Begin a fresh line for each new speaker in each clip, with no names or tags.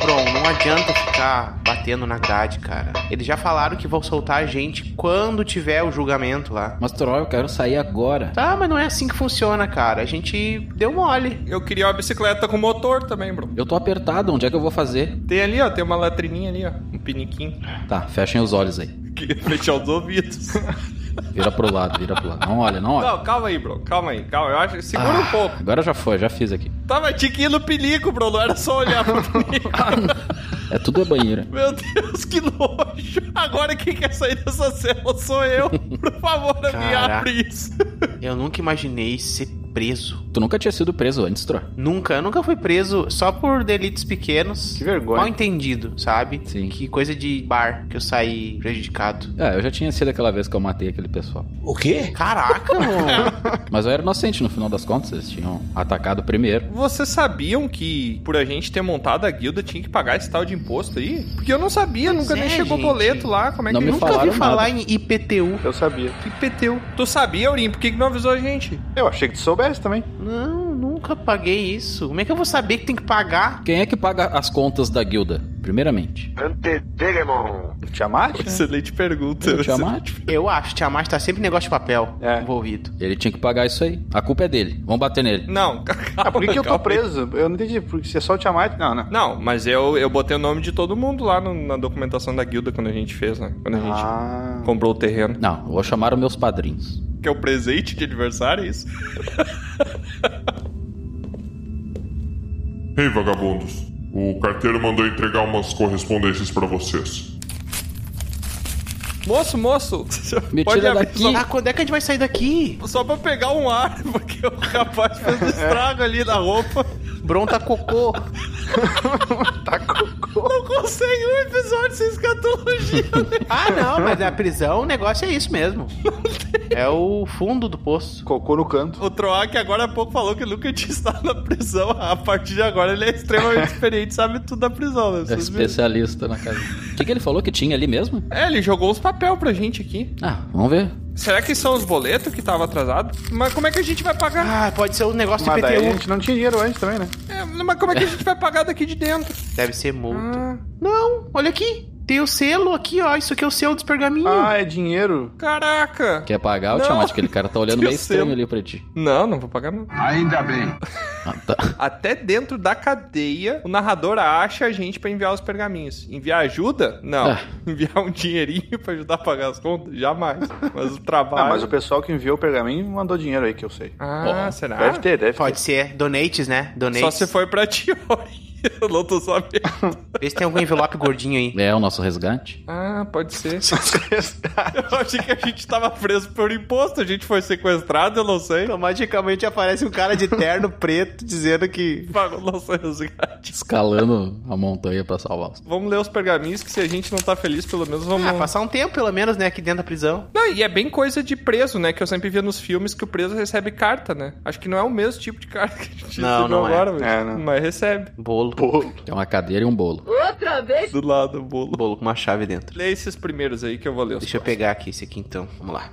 Tron, não adianta ficar batendo na grade, cara. Eles já falaram que vão soltar a gente quando tiver o julgamento lá.
Mas, Tron, eu quero sair agora.
Tá, mas não é assim que funciona, cara. A gente deu mole.
Eu queria uma bicicleta com motor também, bro.
Eu tô apertado, onde é que eu vou fazer?
Tem ali, ó, tem uma latrininha ali, ó. Um piniquinho.
Tá, fechem os olhos aí.
Que fechar os ouvidos.
Vira pro lado, vira pro lado. Não olha, não olha.
Não, calma aí, bro. Calma aí, calma. Eu acho. Segura um pouco.
Agora já foi, já fiz aqui.
Tava, tinha que ir no pinico, bro. Não era só olhar pro pinico. Ah,
É tudo a banheira.
Meu Deus, que nojo. Agora quem quer sair dessa cela sou eu. Por favor, me
Caraca.
abre isso.
Eu nunca imaginei ser preso.
Tu nunca tinha sido preso antes, Tro?
Nunca, eu nunca fui preso só por delitos pequenos.
Que vergonha.
Mal entendido, sabe?
Sim.
Que coisa de bar que eu saí prejudicado.
Ah, eu já tinha sido aquela vez que eu matei aquele pessoal.
O quê?
Caraca, mano.
Mas eu era inocente no final das contas, eles tinham atacado primeiro.
Vocês sabiam que por a gente ter montado a guilda tinha que pagar esse tal de imposto aí? Porque eu não sabia,
Pois
nunca
é,
nem chegou o
gente.
boleto lá. Como é
Não
que
me
nunca
nunca
falaram
ouvi
nada.
falar em IPTU.
Eu sabia.
vi peteu. Tu sabia, Aurim? Por que, que não avisou a gente?
Eu achei que tu soubesse também.
Não, nunca paguei isso. Como é que eu vou saber que tem que pagar?
Quem é que paga as contas da guilda? Primeiramente.
Tiamat?
Excelente pergunta.
Eu te amate.
Eu acho, Tia Márcia tá sempre negócio de papel
É.
envolvido.
Ele tinha que pagar isso aí. A culpa é dele. Vamos bater nele.
Não,
Ah, por que, que eu tô
calma aí.
preso? Eu não entendi. Porque se é só o Tiamat. Não, não.
Não, mas eu, eu botei o nome de todo mundo lá no- na documentação da guilda quando a gente fez, né? Quando a gente
Ah.
comprou o terreno.
Não, eu vou chamar os meus padrinhos.
Que é o presente de aniversário, é isso?
Ei, vagabundos. O carteiro mandou entregar umas correspondências pra vocês.
Moço, moço!
Me tira daqui.
só-
Ah, quando é que a gente vai sair daqui?
Só pra pegar um ar, porque o rapaz fez um estrago ali na roupa.
Bronta cocô.
Não consegue um episódio sem escatologia. né?
Ah, não, mas a prisão, o negócio é isso mesmo. É o fundo do poço.
Cocô no canto.
o Troá, que agora há pouco falou que nunca tinha estado na prisão, a partir de agora ele é extremamente experiente, sabe tudo da prisão, né?
É
Vocês viram?
especialista na casa. O que, que ele falou que tinha ali mesmo?
É, ele jogou os papel pra gente aqui.
Ah, vamos ver.
Será que são os boletos que tava atrasado? Mas como é que a gente vai pagar?
Ah, pode ser um negócio de
Mas daí a
IPTU.
gente não tinha dinheiro antes também, né?
É, mas como é que a gente vai pagar daqui de dentro?
Deve ser multa.
Ah,
Não, olha aqui. Tem o selo aqui, ó. Isso aqui é o selo dos pergaminhos.
Ah, é dinheiro.
caraca!
Quer pagar o
Não.
Tiamat? Aquele cara tá olhando
Teu
meio estranho
selo.
ali pra ti.
Não, não vou pagar não.
Ah, tá.
Até dentro da cadeia, o narrador acha a gente pra enviar os pergaminhos. Enviar ajuda? Não.
Ah.
Enviar um dinheirinho pra ajudar a pagar as contas? Jamais. Mas o trabalho.
Ah, mas o pessoal que enviou o pergaminho mandou dinheiro aí, que eu sei.
Ah, será?
Deve ter, deve ter.
Pode ser donates, né? Donates.
Só se foi pra ti, olha. Eu não tô sabendo.
Vê se tem algum envelope gordinho aí.
É o nosso resgate?
Ah, pode ser. Eu achei que a gente tava preso por imposto, a gente foi sequestrado, eu não sei.
Automaticamente aparece um cara de terno preto dizendo que.
Pagou nosso resgate.
Escalando a montanha pra salvá-los.
Vamos ler os pergaminhos que se a gente não tá feliz, pelo menos vamos.
Ah, passar um tempo, pelo menos, né? Aqui dentro da prisão.
Não, e é bem coisa de preso, né? Que eu sempre via nos filmes que o preso recebe carta, né? Acho que não é o mesmo tipo de carta que a gente
Não,
recebeu
não é.
agora, mas,
É, não.
mas recebe.
Bolo.
Tem uma cadeira e um bolo.
Do lado, o bolo.
Bolo com uma chave dentro.
Lê esses primeiros aí que eu vou ler. os
Deixa eu
próximos.
pegar aqui esse aqui então. Vamos lá.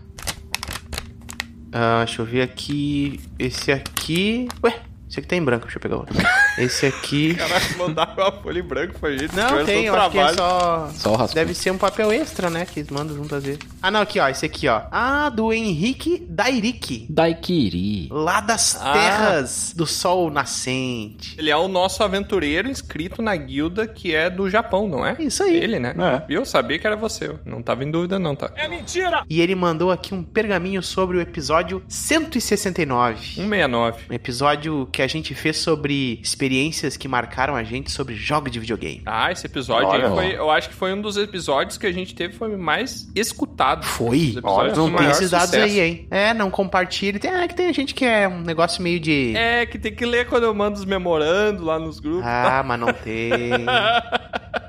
Ah, deixa eu ver aqui. Esse aqui. Ué, esse aqui tá em branco, deixa eu pegar outro. Esse aqui.
Caralho, mandaram uma folha em branco pra gente.
Não, tem, eu acho que é só.
Só o rascunho.
Deve ser um papel extra, né? Que eles mandam junto às vezes. Ah, não, aqui, ó. Esse aqui, ó. Ah, do Henrique Dairique.
Daikiri.
Lá das
Ah.
terras do sol nascente.
Ele é o nosso aventureiro inscrito na guilda que é do Japão, não é?
Isso aí.
Ele, né?
É.
Eu sabia que era você. eu Não tava em dúvida, não, tá?
E ele mandou aqui um pergaminho sobre o episódio 169.
169.
Um episódio que a gente fez sobre experiências que marcaram a gente sobre jogos de videogame.
Ah, esse episódio
Olha
aí
lá.
foi, eu acho que foi um dos episódios que a gente teve foi mais escutado.
Foi?
Os episódios
Olha,
com
Não tem
maior
esses dados
sucesso.
aí, hein? É, não compartilhe. Tem, é que tem gente que é um negócio meio de.
É, que tem que ler quando eu mando os memorando lá nos grupos.
Ah, mas não tem.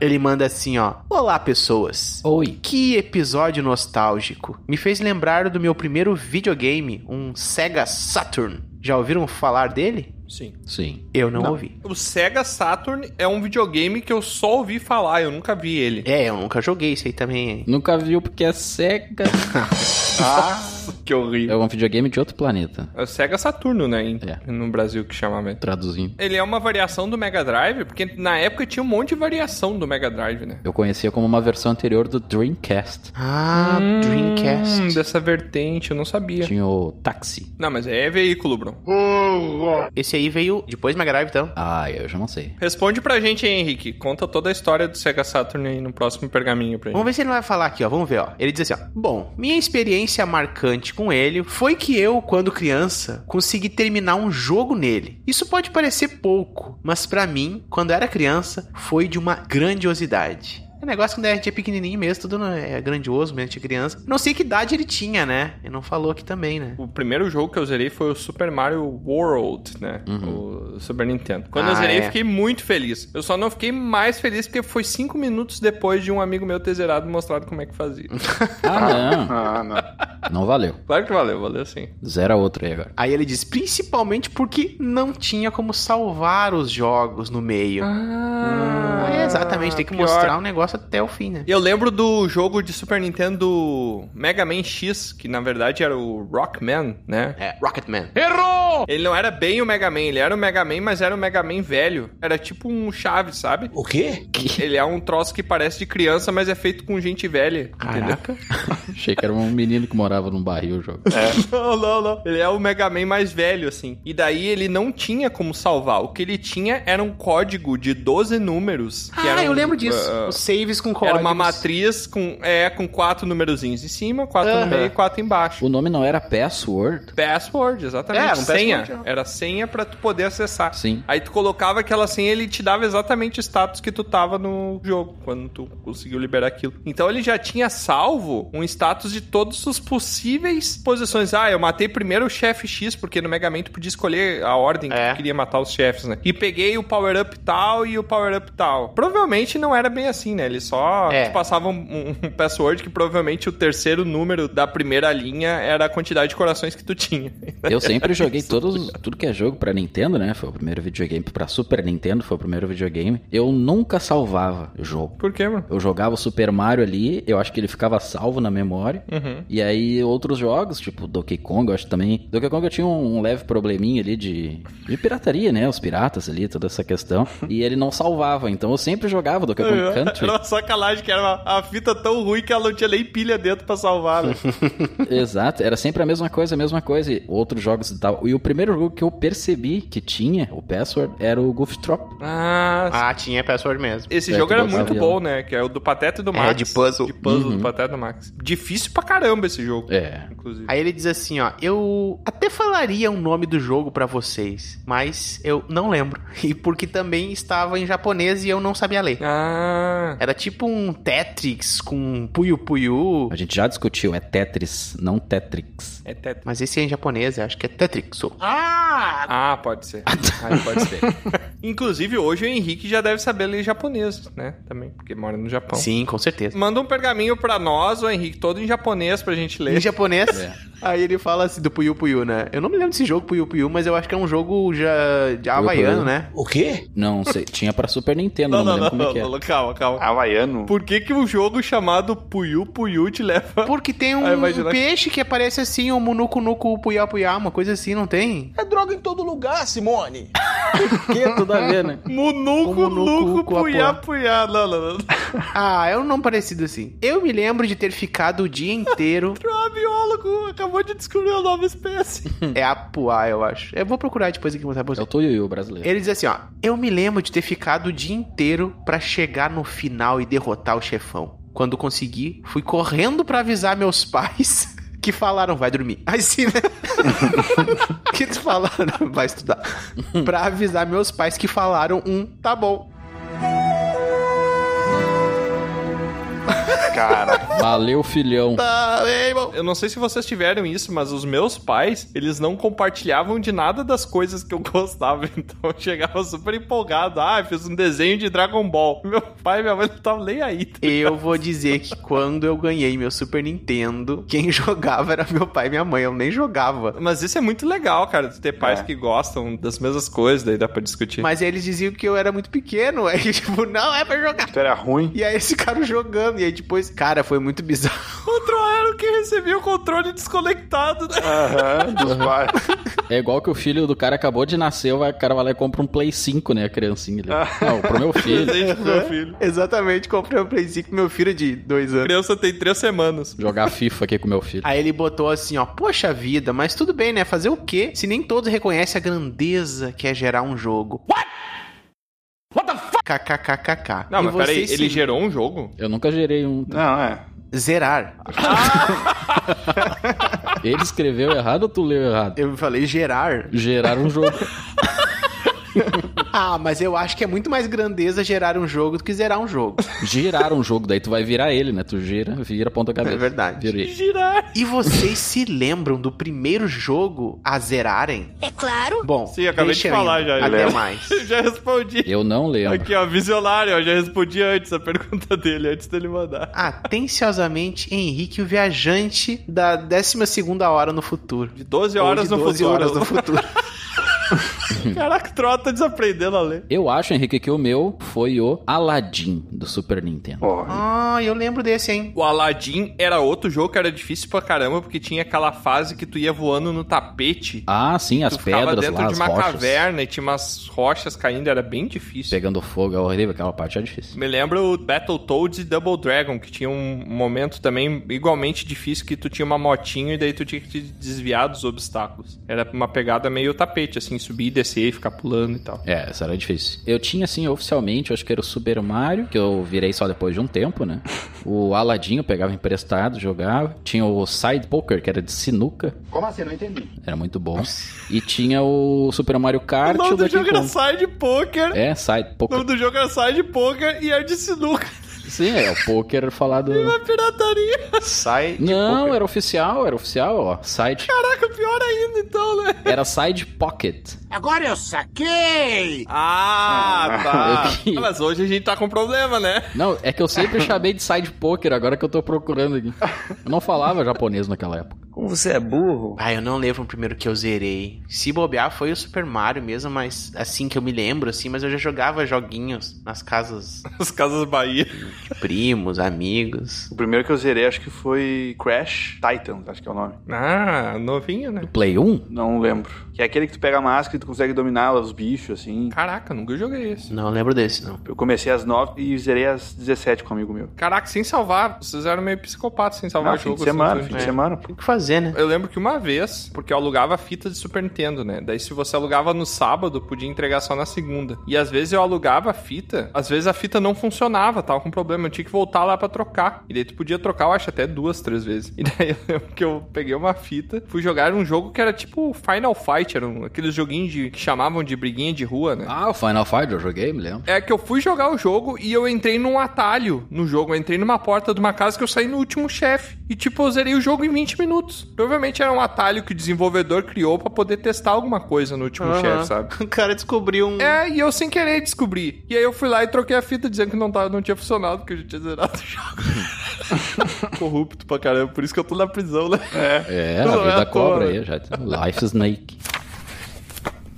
Ele manda assim, ó. Olá, pessoas.
Oi.
Que episódio nostálgico. Me fez lembrar do meu primeiro videogame, um Sega Saturn. Já ouviram falar dele?
Sim.
Sim.
Eu não, ouvi.
O Sega Saturn é um videogame que eu só ouvi falar, eu nunca vi ele.
É, eu nunca joguei isso aí também, hein?
Nunca viu porque é cega.
Ah,
que horrível.
É um videogame de outro planeta.
É o Sega Saturno, né? em-
É.
No Brasil que chamava.
Traduzindo.
Ele é uma variação do Mega Drive, porque na época tinha um monte de variação do Mega Drive, né?
Eu conhecia como uma versão anterior do Dreamcast.
Ah,
Hum,
Dreamcast.
dessa vertente, eu não sabia.
Tinha o Taxi.
Não, mas é veículo, Bruno.
Esse aí veio depois do Mega Drive, então.
Ah, eu já não sei.
Responde pra gente aí, Henrique. Conta toda a história do Sega Saturn aí no próximo pergaminho pra
Vamos
gente.
ver se ele não vai falar aqui, ó. Vamos ver, ó. Ele diz assim, ó. Bom, minha experiência marcante com ele foi que eu, quando criança, consegui terminar um jogo nele. Isso pode parecer pouco, mas pra mim, quando era criança, foi de uma grandiosidade. É negócio que quando a gente é pequenininho mesmo, tudo não é é grandioso mesmo, a gente é criança. Não sei que idade ele tinha, né? Ele não falou aqui também, né?
O primeiro jogo que eu zerei foi o Super Mario World, né? O Super Nintendo. Quando eu
Uhum. Ah,
zerei,
é.
fiquei muito feliz. Eu só não fiquei mais feliz porque foi cinco minutos depois de um amigo meu ter zerado e mostrado como é que fazia.
Ah,
Ah, não.
não. Não valeu.
claro que valeu, valeu sim.
Zera outro aí agora.
Aí ele diz, principalmente porque não tinha como salvar os jogos no meio.
Ah,
é, exatamente, tem que
pior.
mostrar o negócio até o fim, né?
Eu lembro do jogo de Super Nintendo Mega Man X, que na verdade era o Rockman, né?
É, Rocketman.
Ele não era bem o Mega Man, ele era o Mega Man, mas era o Mega Man velho. Era tipo um Chaves, sabe?
O quê?
Ele é um troço que parece de criança, mas é feito com gente velha. Entendeu?
Caraca.
Achei que era um menino que morava num barril o jogo.
Não, não, não. Ele é o Mega Man mais velho, assim. E daí ele não tinha como salvar. O que ele tinha era um código de 12 números. que
ah,
era
eu
um,
lembro disso.
ah,
Os saves com códigos.
era uma matriz com, é, com quatro numerozinhos em cima, quatro
Aham.
no meio e quatro embaixo.
O nome não era Password?
Password, exatamente.
É, um
senha.
password,
Era senha pra tu poder acessar.
Sim.
Aí tu colocava aquela senha e ele te dava exatamente o status que tu tava no jogo, quando tu conseguiu liberar aquilo. Então ele já tinha salvo um status de todas as possíveis posições. Ah, eu matei primeiro o chefe X, porque no Mega Man tu podia escolher a ordem que
É.
tu queria matar os chefes, né? E peguei o power-up tal e o power-up tal. Provavelmente não era bem assim, né? Ele só
É.
te passava um, um password que provavelmente o terceiro número da primeira linha era a quantidade de corações que tu tinha.
Eu sempre joguei todos, os- tudo que é jogo pra Nintendo, né? Foi o primeiro videogame pra Super Nintendo, foi o primeiro videogame. Eu nunca salvava o jogo.
Por quê, mano?
Eu jogava o Super Mario ali, eu acho que ele ficava salvo na memória. E aí outros jogos, tipo Donkey Kong, eu acho que também. Donkey Kong eu tinha um, um leve probleminha ali de, de pirataria, né? Os piratas ali, toda essa questão. E ele não salvava, então eu sempre jogava Donkey Kong Country.
É, Era uma sacanagem que era uma- a fita tão ruim que ela não tinha nem pilha dentro pra salvar, né?
Exato, era sempre a mesma coisa, a mesma coisa. E outros jogos e tal. E o primeiro jogo que eu percebi que tinha o password era o Goof Trop.
ah,
Ah, tinha password mesmo.
esse
é,
jogo
tu
era
botava
muito
ela.
bom, né? Que é o do Pateta e do
É,
Max.
de puzzle.
De puzzle do Pateta e do Max. Difícil pra caramba esse jogo,
É.
inclusive.
Aí ele diz assim, ó, eu até falaria o nome do jogo pra vocês, mas eu não lembro. E porque também estava em japonês e eu não sabia ler.
Ah,
Era tipo um Tetris com Puyo Puyo,
A gente já discutiu, é Tetris, não Tetrix.
é Tetris.
mas esse é em japonês, eu acho que é Tetrix.
Ah, pode ser. Ah, pode ser. Inclusive, hoje o Henrique já deve saber ler japonês, né? Também, porque mora no Japão.
Sim, com certeza.
Manda um pergaminho pra nós, o Henrique, todo em japonês pra gente
Em
ler.
japonês,
É.
aí ele fala assim do Puyo Puyo, né? Eu não me lembro desse jogo Puyo Puyo, mas eu acho que é um jogo já de havaiano, né?
O quê?
Não sei, tinha pra Super Nintendo,
Não,
não,
não,
lembro
não,
como é
não,
que é.
não, calma, calma.
Havaiano?
Por que que um jogo chamado Puyu Puyu te leva...
Porque tem um
Ah, imagina-
peixe que aparece assim, um munuco nuco puyá puyá, uma coisa assim, não tem?
É droga em todo lugar, Simone.
Que tudo a ver, né?
Munuco,
Munuco,
Nuco,
Cua,
Puyá,
Pua.
Puyá. Não, não, não.
Ah, é um nome parecido assim. Eu me lembro de ter ficado o dia inteiro.
Ah, biólogo, acabou de descobrir uma nova espécie.
é apuá, eu acho. Eu vou procurar depois aqui mostrar pra
É o
você.
Toyoyo brasileiro.
Ele diz assim, ó. Eu me lembro de ter ficado o dia inteiro pra chegar no final e derrotar o chefão. Quando consegui, fui correndo pra avisar meus pais. Que falaram, vai dormir. Aí sim, né? que eles falaram, vai estudar. pra avisar meus pais que falaram um, tá bom.
Cara,
Valeu, filhão.
Tá, ei, irmão.
Eu não sei se vocês tiveram isso, mas os meus pais, eles não compartilhavam de nada das coisas que eu gostava. Então eu chegava super empolgado. Ah, eu fiz um desenho de Dragon Ball. Meu pai e minha mãe não estavam nem aí.
Eu vou dizer que quando eu ganhei meu Super Nintendo, quem jogava era meu pai e minha mãe. Eu nem jogava.
Mas isso é muito legal, cara, de ter pais
É.
que gostam das mesmas coisas, daí dá pra discutir.
Mas aí eles diziam que eu era muito pequeno. Aí, tipo, não é pra jogar.
tu era ruim?
E aí eles ficaram jogando. E aí depois, cara, foi muito bizarro.
Controlaram mano que recebia o controle desconectado. né?
Aham, dos pais.
É igual que o filho do cara acabou de nascer, vai- o cara vai lá e compra um Play 5, né? A criancinha ali. Não, pro meu filho.
Presente pro
É.
meu filho.
né? Exatamente, comprei um Play 5 pro meu filho de dois anos.
Criança tem três semanas.
Jogar FIFA aqui com meu filho.
Aí ele botou assim, ó, poxa vida, mas tudo bem, né? Fazer o quê? Se nem todos reconhecem a grandeza que é gerar um jogo. What? What the fuck? KKKKK.
Não,
E
mas peraí,
vocês
ele
se-
gerou um jogo?
Eu nunca gerei um.
Não, é.
Zerar.
Ele escreveu errado ou tu leu errado?
Eu falei gerar.
Gerar um jogo.
Ah, mas eu acho que é muito mais grandeza gerar um jogo do que zerar um jogo.
Girar um jogo, daí tu vai virar ele, né? Tu gira, vira, ponta a cabeça.
É verdade.
Vira ele.
Girar.
E vocês se lembram do primeiro jogo a zerarem?
É claro.
Bom,
Sim, acabei
deixa
de
eu
falar
indo.
já.
Até
Léo.
mais.
Eu já respondi.
Eu não lembro.
Aqui, ó, visionário, ó, já respondi antes a pergunta dele, antes dele mandar.
Atenciosamente, Henrique, o viajante da 12ª hora no futuro.
De 12 horas
Ou de
no
12
futuro.
horas no futuro.
Caraca, trota desaprendendo a ler.
Eu acho, Henrique, que o meu foi o Aladdin do Super Nintendo.
Pô,
Ah, eu lembro desse, hein?
O Aladdin era outro jogo que era difícil pra caramba, porque tinha aquela fase que tu ia voando no tapete.
Ah, sim, as
tu ficava
pedras
dentro
lá,
de
as
uma
rochas.
caverna e tinha umas rochas caindo, era bem difícil.
Pegando fogo, é horrível, aquela parte é difícil.
Me lembra o Battletoads e Double Dragon, que tinha um momento também igualmente difícil que tu tinha uma motinha e daí tu tinha que te desviar dos obstáculos. Era uma pegada meio tapete, assim, subir e descer e ficar pulando e tal.
É, essa era difícil. Eu tinha, assim, oficialmente, eu acho que era o Super Mario, que eu virei só depois de um tempo, né? O Aladdin eu pegava emprestado, jogava. Tinha o Side Poker, que era de sinuca.
Como assim? Não entendi.
Era muito bom. E tinha o Super Mario Kart.
o nome
e
do
Donkey
jogo era
Kong.
Side Poker.
É, Side
O nome
Poker.
do jogo era Side Poker e é de sinuca.
Sim, é o poker falado.
Uma pirataria.
Sai. de
Não,
poker.
era oficial, era oficial, ó. Side.
Caraca, pior ainda então, né?
Era Side Pocket.
Agora eu saquei!
Ah, tá.
Eu-
Ah, Mas hoje a gente tá com problema, né?
Não, é que eu sempre chamei de Side Poker, agora que eu tô procurando aqui. Eu não falava japonês naquela época.
Como você é burro?
Ah, eu não lembro o primeiro que eu zerei. Se bobear foi o Super Mario mesmo, mas assim que eu me lembro, assim, mas eu já jogava joguinhos nas casas
As Casas Bahia.
de primos, amigos.
o primeiro que eu zerei acho que foi Crash Titans, acho que é o nome.
Ah, novinho, né?
Play 1?
Não lembro. Que é aquele que tu pega a máscara e tu consegue dominar os bichos, assim.
Caraca, nunca joguei esse.
Não lembro desse, não.
Eu comecei às 9 e zerei às 17 com um amigo meu.
Caraca, sem salvar. Vocês eram meio psicopatas sem salvar
Não,
o
fim
Então, jogo.
de
assim,
semana, fim
tudo.
de
É.
semana. pô.
Tem o que fazer, né?
Eu lembro que uma vez, porque eu alugava fita de Super Nintendo, né? Daí se você alugava no sábado, podia entregar só na segunda. E às vezes eu alugava a fita, às vezes a fita não funcionava, tava com problema, eu tinha que voltar lá pra trocar. E daí tu podia trocar, eu acho, até duas, três vezes. E daí eu lembro que eu peguei uma fita, fui jogar um jogo que era tipo Final Fight, era um, aqueles joguinhos de, que chamavam de briguinha de rua, né?
Ah, o Final Fight eu joguei, me lembro.
É que eu fui jogar o jogo e eu entrei num atalho no jogo. Eu entrei numa porta de uma casa que eu saí no último chefe. E, tipo, eu zerei o jogo em 20 minutos. Provavelmente era um atalho que o desenvolvedor criou pra poder testar alguma coisa no último chefe, sabe?
O cara descobriu um.
É, e eu sem querer descobri. E aí eu fui lá e troquei a fita dizendo que não, tava, não tinha funcionado, porque eu já tinha zerado o jogo. Corrupto pra caramba, por isso que eu tô na prisão, né?
É, a
Não, é
vida
à
da cobra
toa.
aí, já. Life Snake.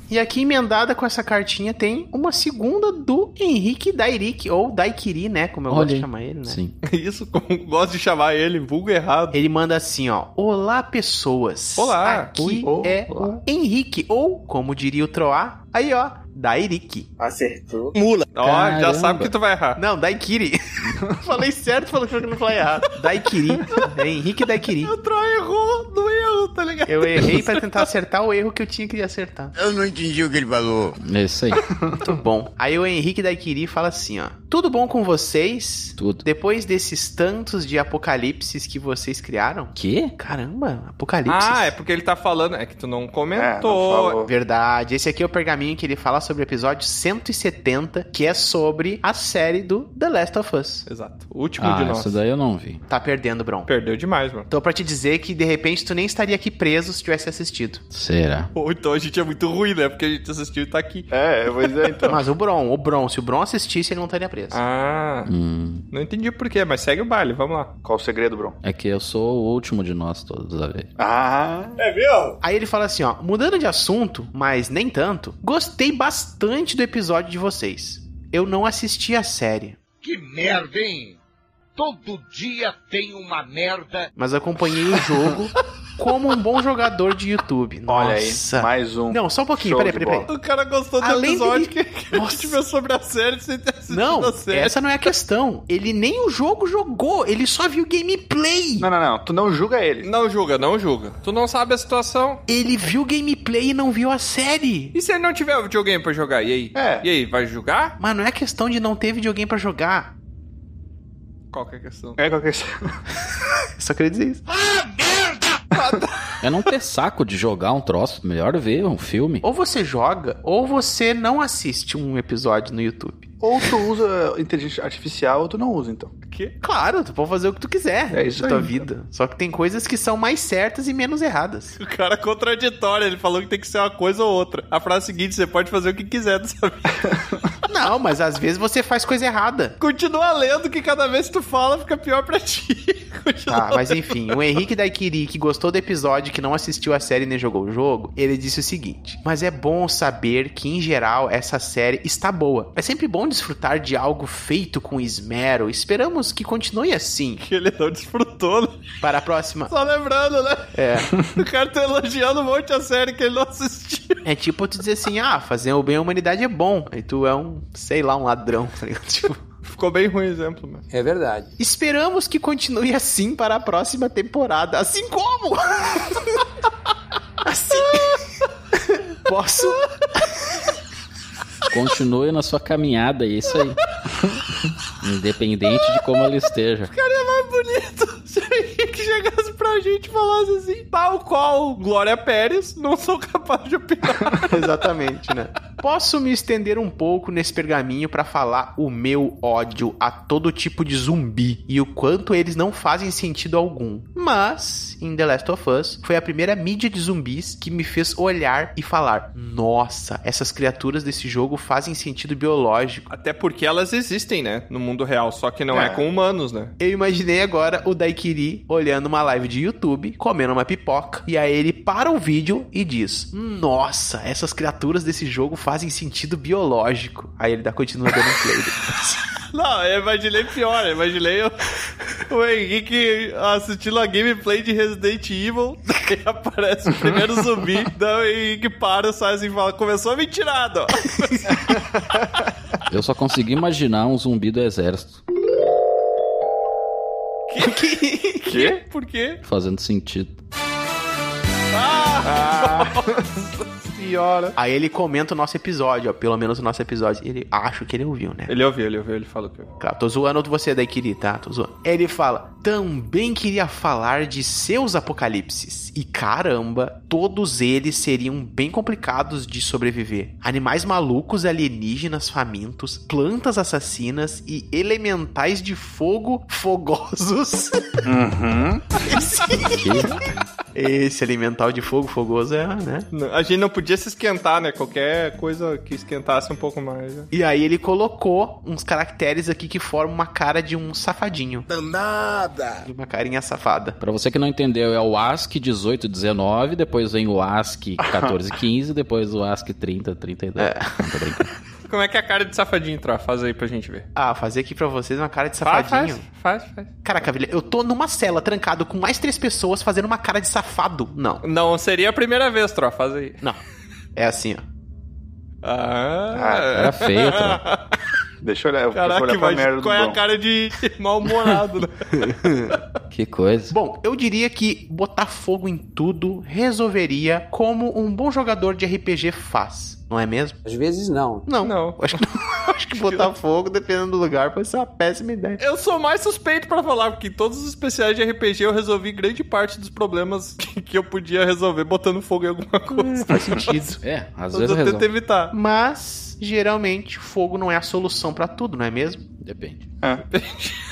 E aqui emendada com essa cartinha tem uma segunda do Henrique Dairik, ou Daikiri, né? Como eu
Olha
gosto de
aí.
chamar ele, né?
Sim.
É Isso, como gosto de chamar ele, vulgo errado.
Ele manda assim, ó. Olá, pessoas.
Olá.
Aqui
Ui,
é o Henrique, ou, como diria o Troá, aí ó, Dairique.
Acertou.
Ó, já
Caramba.
sabe que tu vai errar.
Não, Daikiri. falei certo, falei que não falei errado. Daikiri. É Henrique Daikiri.
O Troy errou no erro, tá ligado?
Eu errei pra tentar acertar o erro que eu tinha que acertar.
Eu não entendi o que ele falou.
É isso aí.
Muito bom. Aí o Henrique Daikiri fala assim, ó. Tudo bom com vocês?
Tudo.
Depois desses tantos de apocalipses que vocês criaram?
Quê?
Caramba, apocalipse.
Ah, é porque ele tá falando. É que tu não
É, não
comentou.
falou.
Verdade. Esse aqui é o pergaminho que ele fala sobre o episódio 170, que é sobre a série do The Last of Us.
Exato. O último de
Ah,
nós.
isso daí eu não vi.
Tá perdendo, Bron.
Perdeu demais, mano.
Tô pra te dizer que de repente tu nem estaria aqui preso se tivesse assistido.
Será?
Ou então a gente é muito ruim, né? Porque a gente assistiu e tá aqui.
É, pois é, então.
Mas o Bron, o Bron, se o Bron assistisse, ele não estaria preso.
Ah,
Hum,
não entendi por quê, mas segue o baile, vamos lá.
Qual o segredo, Bron?
é que eu sou o último de nós todos a ver.
Ah,
Aí ele fala assim, ó, mudando de assunto, mas nem tanto, gostei bastante do episódio de vocês. Eu não assisti a série.
Que merda, hein? Todo dia tem uma merda.
Mas acompanhei o jogo como um bom jogador de YouTube.
Olha
Nossa.
aí, mais um.
Não, só um pouquinho,
Show
peraí,
de
peraí, peraí.
O cara gostou do
Além
episódio
dele-
que, que a
Nossa.
gente viu sobre a série sem ter assistido
Não,
a série.
essa não é a questão. Ele nem o jogo jogou, ele só viu gameplay.
Não, não, não. Tu não julga
é-
ele.
Não julga, não julga. Tu não sabe a situação.
Ele viu gameplay e não viu a série.
E se ele não tiver videogame pra jogar, e aí?
É.
E aí, vai julgar?
Mas não é questão de não ter videogame pra jogar.
Qual que é a questão?
É qualquer coisa.
Só queria dizer isso.
É não ter saco de jogar um troço, melhor ver um filme.
Ou você joga, ou você não assiste um episódio no YouTube.
Ou tu usa inteligência artificial ou tu não usa, então.
Claro, tu pode fazer o que tu quiser
É isso
da tua
aí.
vida. Só que tem coisas que são mais certas e menos erradas.
O cara é contraditório, ele falou que tem que ser uma coisa ou outra. A frase seguinte, você pode fazer o que quiser dessa vida.
não, mas às vezes você faz coisa errada.
Continua lendo que cada vez que tu fala fica pior pra ti. Continua
Tá, mas enfim, o Henrique Daikiri, que gostou do episódio, que não assistiu a série nem jogou o jogo, ele disse o seguinte: Mas é bom saber que, em geral, essa série está boa. É sempre bom desfrutar de algo feito com esmero. Esperamos que continue assim.
que ele não desfrutou, né?
Para a próxima.
Só lembrando, né?
É.
O cara tá elogiando um monte a série que ele não assistiu.
É tipo tu dizer assim, ah, fazer o bem à humanidade é bom. Aí tu é um, sei lá, um ladrão, tá ligado? Tipo,
Ficou bem ruim o exemplo, mano.
É verdade.
esperamos que continue assim para a próxima temporada. Assim como? assim. Posso
Continue na sua caminhada, é isso aí. Independente de como ela esteja.
Cara, é mais bonito se o Henrique chegasse pra gente e falasse assim, tal qual Glória Pérez, não sou capaz de opinar.
Exatamente, né? Posso me estender um pouco nesse pergaminho pra falar o meu ódio a todo tipo de zumbi e o quanto eles não fazem sentido algum. Mas, em The Last of Us, foi a primeira mídia de zumbis que me fez olhar e falar: Nossa, essas criaturas desse jogo fazem sentido biológico.
Até porque elas existem, né? No mundo real, só que não é,
É.
com humanos, né?
Eu imaginei agora o Daikiri olhando uma live de YouTube, comendo uma pipoca, e aí ele para o vídeo e diz: Nossa, essas criaturas desse jogo fazem sentido biológico. Aí ele dá continua dando um play.
Não, eu imaginei pior, eu imaginei o, o Henrique assistindo a gameplay de Resident Evil, daí aparece o primeiro zumbi, daí o Henrique para, sai assim e fala, começou a mentirada, ó.
Eu só consegui imaginar um zumbi do exército
Quê? Por quê?
fazendo sentido.
Piora.
Aí ele comenta o nosso episódio, ó, pelo menos o nosso episódio. Ele acho que ele ouviu, né?
Ele ouviu, ele ouviu, ele falou que ouviu.
Claro, tô zoando você daí, Kiri, tá? Tô zoando. Ele fala: também queria falar de seus apocalipses. E caramba, todos eles seriam bem complicados de sobreviver. Animais malucos, alienígenas famintos, plantas assassinas e elementais de fogo fogosos.
Uhum.
Esse elemental de fogo fogoso é, né?
Não, A gente não podia se esquentar, né? Qualquer coisa que esquentasse um pouco mais. né?
E aí ele colocou uns caracteres aqui que formam uma cara de um safadinho.
Danada.
De uma carinha safada.
Pra você que não entendeu, é o ASCII 1819, depois vem o ASCII 1415, depois o ASCII 3032. Não, tô brincando.
Como é que a cara de safadinho entra? Faz aí pra gente ver.
Ah, fazer aqui pra vocês uma cara de
Tá, Faz,
safadinho.
Faz, faz, faz.
Caraca, velho, eu tô numa cela trancado com mais três pessoas fazendo uma cara de safado. Não,
Não seria a primeira vez, Tro, faz aí.
não. É assim, ó.
Ah,
Era feio, Tro.
Deixa eu olhar. deixa eu
Caraca,
olhar pra merda
mas
do
qual é a
Dom.
cara de mal-humorado, né?
Que coisa.
Bom, eu diria que botar fogo em tudo resolveria como um bom jogador de RPG faz, não é mesmo?
Às vezes não.
Não.
Não.
Acho que, acho que botar fogo, dependendo do lugar, pode ser uma péssima ideia.
Eu sou mais suspeito pra falar, porque em todos os especiais de RPG eu resolvi grande parte dos problemas que que eu podia resolver botando fogo em alguma coisa.
Hum, Faz sentido.
É, às
Mas
vezes
eu tento
resolve.
evitar.
Mas, geralmente, fogo não é a solução pra tudo, não é mesmo?
Depende.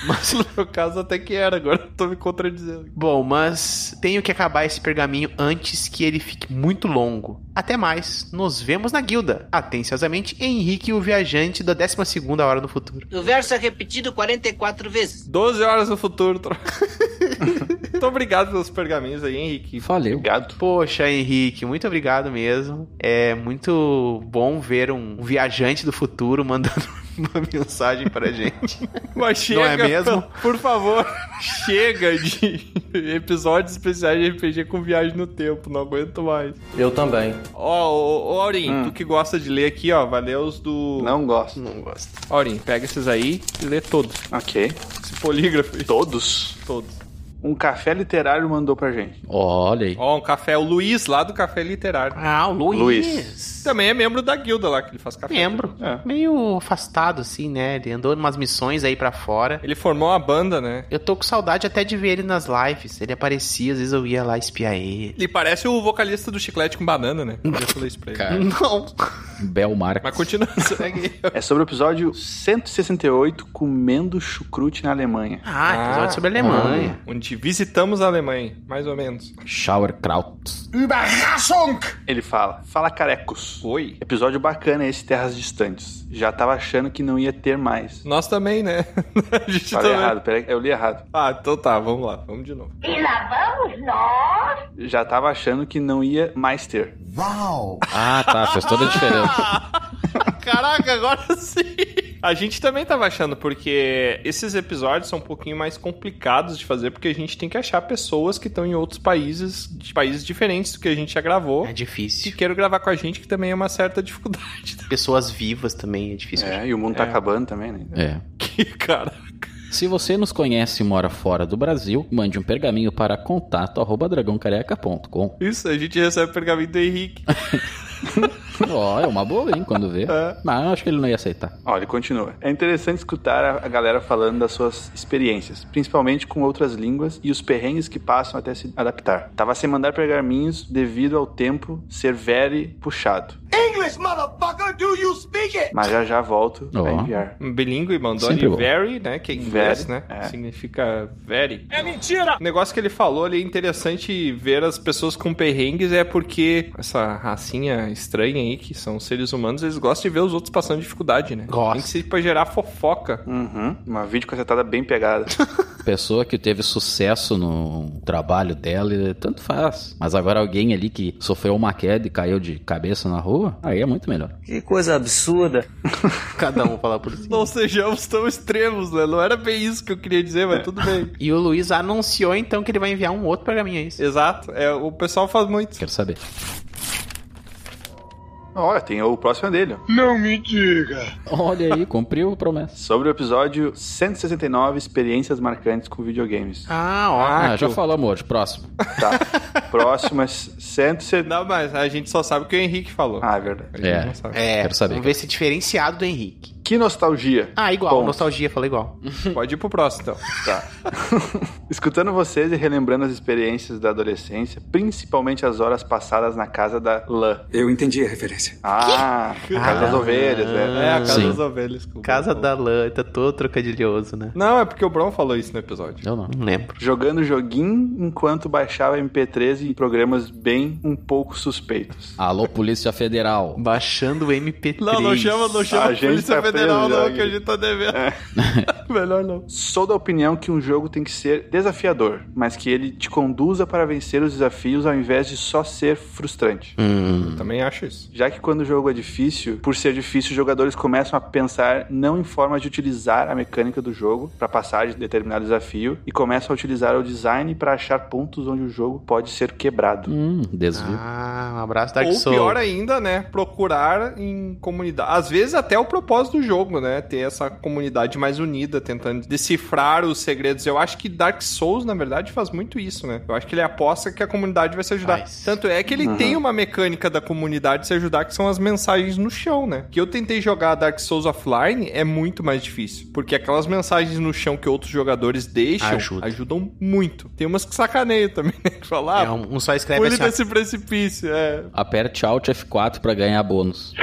Mas no meu caso até que era, agora eu tô me contradizendo.
Bom, mas tenho que acabar esse pergaminho antes que ele fique muito longo. Até mais, nos vemos na guilda. Atenciosamente, Henrique, o viajante da 12 Hora do Futuro.
O verso é repetido 44 vezes.
12 horas no futuro, tro... Muito obrigado pelos pergaminhos aí, Henrique.
E valeu.
Obrigado.
Poxa, Henrique, muito obrigado mesmo. É muito bom ver um viajante do futuro mandando uma mensagem pra gente.
Mas chega,
Não é mesmo?
por favor, chega de episódios especiais de RPG com viagem no tempo, não aguento mais. Hum.
Eu também.
Ó, ô, ô, Aurim, tu que gosta de ler aqui, ó, valeu os do...
Não gosto.
Não gosto.
Aurim, pega esses aí e lê todos.
Ok.
Esse polígrafo aí,
Todos.
todos.
Um café literário mandou pra gente.
Olha aí.
Ó, um café, o Luiz lá do Café Literário.
Ah, o Luiz.
Luiz.
Também é membro da guilda lá, que ele faz café.
Membro.
É.
Meio afastado, assim, né? Ele andou em umas missões aí pra fora.
Ele formou uma banda, né?
Eu tô com saudade até de ver ele nas lives. Ele aparecia, às vezes eu ia lá espiar ele.
Ele parece o vocalista do Chiclete com Banana, né? Eu já falei isso pra ele.
Cara,
Não.
Bel
Mas
Marques.
continua, segue aí.
É sobre o episódio 168, Comendo Chucrute na Alemanha.
Ah, episódio
Ah.
sobre a Alemanha.
Onde visitamos a Alemanha, mais ou menos.
Schauerkraut.
Ele fala: Fala carecos.
Oi.
Episódio bacana esse Terras Distantes. Já tava achando que não ia ter mais.
Nós também, né? A gente
Falei
também.
errado, peraí, eu li errado.
Ah, então tá, vamos lá, vamos de novo.
Já tava achando que não ia mais ter.
Ah, tá. Fez toda a diferença.
Caraca, agora sim! A gente também tava achando, porque esses episódios são um pouquinho mais complicados de fazer, porque a gente tem que achar pessoas que estão em outros países, de países diferentes do que a gente já gravou.
É
E
difícil.
quero gravar com a gente, que também é uma certa dificuldade.
Pessoas vivas também é difícil.
É, e o mundo tá acabando também, né?
É.
Aqui, cara.
Se você nos conhece e mora fora do Brasil, mande um pergaminho para contato arroba dragãocareca.com.
Isso, a gente recebe o pergaminho do Henrique.
Ó, é uma boa, hein, quando vê.
né?
Mas eu acho que ele não ia aceitar.
Olha, ele continua. É interessante escutar a- a galera falando das suas experiências, principalmente com outras línguas e os perrengues que passam até se adaptar. Tava sem mandar pergaminhos devido ao tempo ser very puxado. Mas já já volto
Ó.
a enviar.
Um bilíngue mandou
Sempre
ali
bom.
very, né? Que é inglês,
Very,
né?
é.
Significa very. É mentira! O negócio que ele falou ali é interessante ver as pessoas com perrengues é porque essa racinha estranha aí, que são seres humanos, eles gostam de ver os outros passando dificuldade, né?
Gosta.
Tem que ser pra gerar fofoca.
Uhum, uma vídeo cacetada bem pegada.
Pessoa que teve sucesso no trabalho dela, e tanto faz. Mas agora alguém ali que sofreu uma queda e caiu de cabeça na rua, aí é muito melhor.
Que coisa absurda.
Cada um falar por si.
Não sejamos tão extremos, né? Não era bem isso que eu queria dizer, mas tudo bem.
E o Luiz anunciou então que ele vai enviar um outro pergaminho, é isso?
Exato. É, o pessoal faz muito.
Quero saber.
Olha, tem o próximo dele. ó.
Olha aí, cumpriu a promessa.
Sobre o episódio 169, experiências marcantes com videogames.
Ah, ó.
Ah,
que
já
o-
falamos hoje. Próximo.
Tá. Próximas 170.
Não, mas a gente só sabe o que o Henrique falou.
Ah, é verdade.
A gente
É.
não sabe.
É,
Quero saber.
vamos ver se é diferenciado do Henrique.
Que nostalgia.
Ah, igual,
Ponto.
nostalgia, fala igual.
Hum, Pode ir pro próximo, então.
Tá. Escutando vocês e relembrando as experiências da adolescência, principalmente as horas passadas na casa da Lã.
Eu entendi a referência.
Ah, casa das
Ah.
ovelhas,
É a
né?
Casa
Sim.
das Ovelhas. que o
Casa
Bruno
da Lã, tá todo trocadilhoso, né?
Não, é porque o Bron falou isso no episódio.
Eu não.
Não lembro.
Jogando joguinho enquanto baixava MP3 em programas bem um pouco suspeitos.
Alô, Polícia Federal.
Baixando o MP3.
Não, não chama, não chama
A
a,
gente
Polícia
tá preso
Federal,
já,
não,
gente.
que a gente tá devendo. Melhor não.
Sou da opinião que um jogo tem que ser desafiador, mas que ele te conduza para vencer os desafios ao invés de só ser frustrante.
Hum.
Eu também acho isso.
Já que quando o jogo é difícil, por ser difícil, os jogadores começam a pensar não em formas de utilizar a mecânica do jogo para passar de determinado desafio e começam a utilizar o design para achar pontos onde o jogo pode ser quebrado.
Hum, desvio.
Ah, um abraço Dark
Ou
Souls.
pior ainda, né? Procurar em comunidade. Às vezes até o propósito do jogo, né? Ter essa comunidade mais unida, tentando decifrar os segredos. Eu acho que Dark Souls, na verdade, faz muito isso, né? Eu acho que ele aposta que a comunidade vai se ajudar.
Faz.
Tanto é que ele tem uma mecânica da comunidade se ajudar, que são as mensagens no chão, né? Que eu tentei jogar Dark Souls offline é muito mais difícil. Porque aquelas mensagens no chão que outros jogadores deixam
Ajuda.
ajudam muito. Tem umas que sacaneiam também, né? Que falam, ah,
É, um, um só escreve
pule
assim, ó,
desse precipício, é.
Aperte Alt F4 pra ganhar bônus.